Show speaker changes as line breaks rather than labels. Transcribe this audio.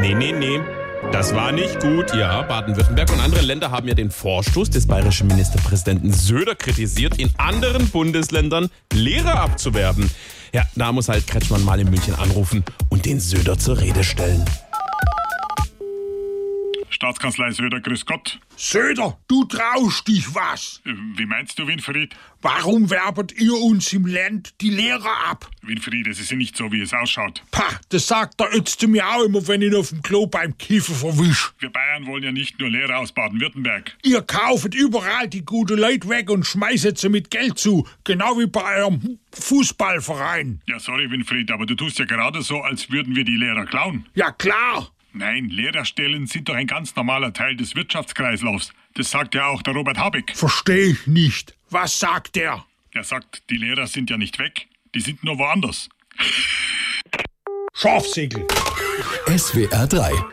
Nee, nee, nee. Das war nicht gut. Ja, Baden-Württemberg und andere Länder haben ja den Vorstoß des bayerischen Ministerpräsidenten Söder kritisiert, in anderen Bundesländern Lehrer abzuwerben. Ja, da muss halt Kretschmann mal in München anrufen und den Söder zur Rede stellen.
Staatskanzlei Söder, grüß Gott.
Söder, du traust dich was?
Äh, Wie meinst du, Winfried?
Warum werbet ihr uns im Land die Lehrer ab?
Winfried, es ist ja nicht so, wie es ausschaut.
Pah, das sagt der Ötzte mir auch immer, wenn ich ihn auf dem Klo beim Kiefer verwisch.
Wir Bayern wollen ja nicht nur Lehrer aus Baden-Württemberg.
Ihr kauft überall die gute Leute weg und schmeißet sie mit Geld zu. Genau wie bei eurem Fußballverein.
Ja, sorry, Winfried, aber du tust ja gerade so, als würden wir die Lehrer klauen.
Ja klar.
Nein, Lehrerstellen sind doch ein ganz normaler Teil des Wirtschaftskreislaufs. Das sagt ja auch der Robert Habeck.
Versteh ich nicht. Was sagt der?
Er sagt, die Lehrer sind ja nicht weg, die sind nur woanders.
Scharfsegel.
SWR 3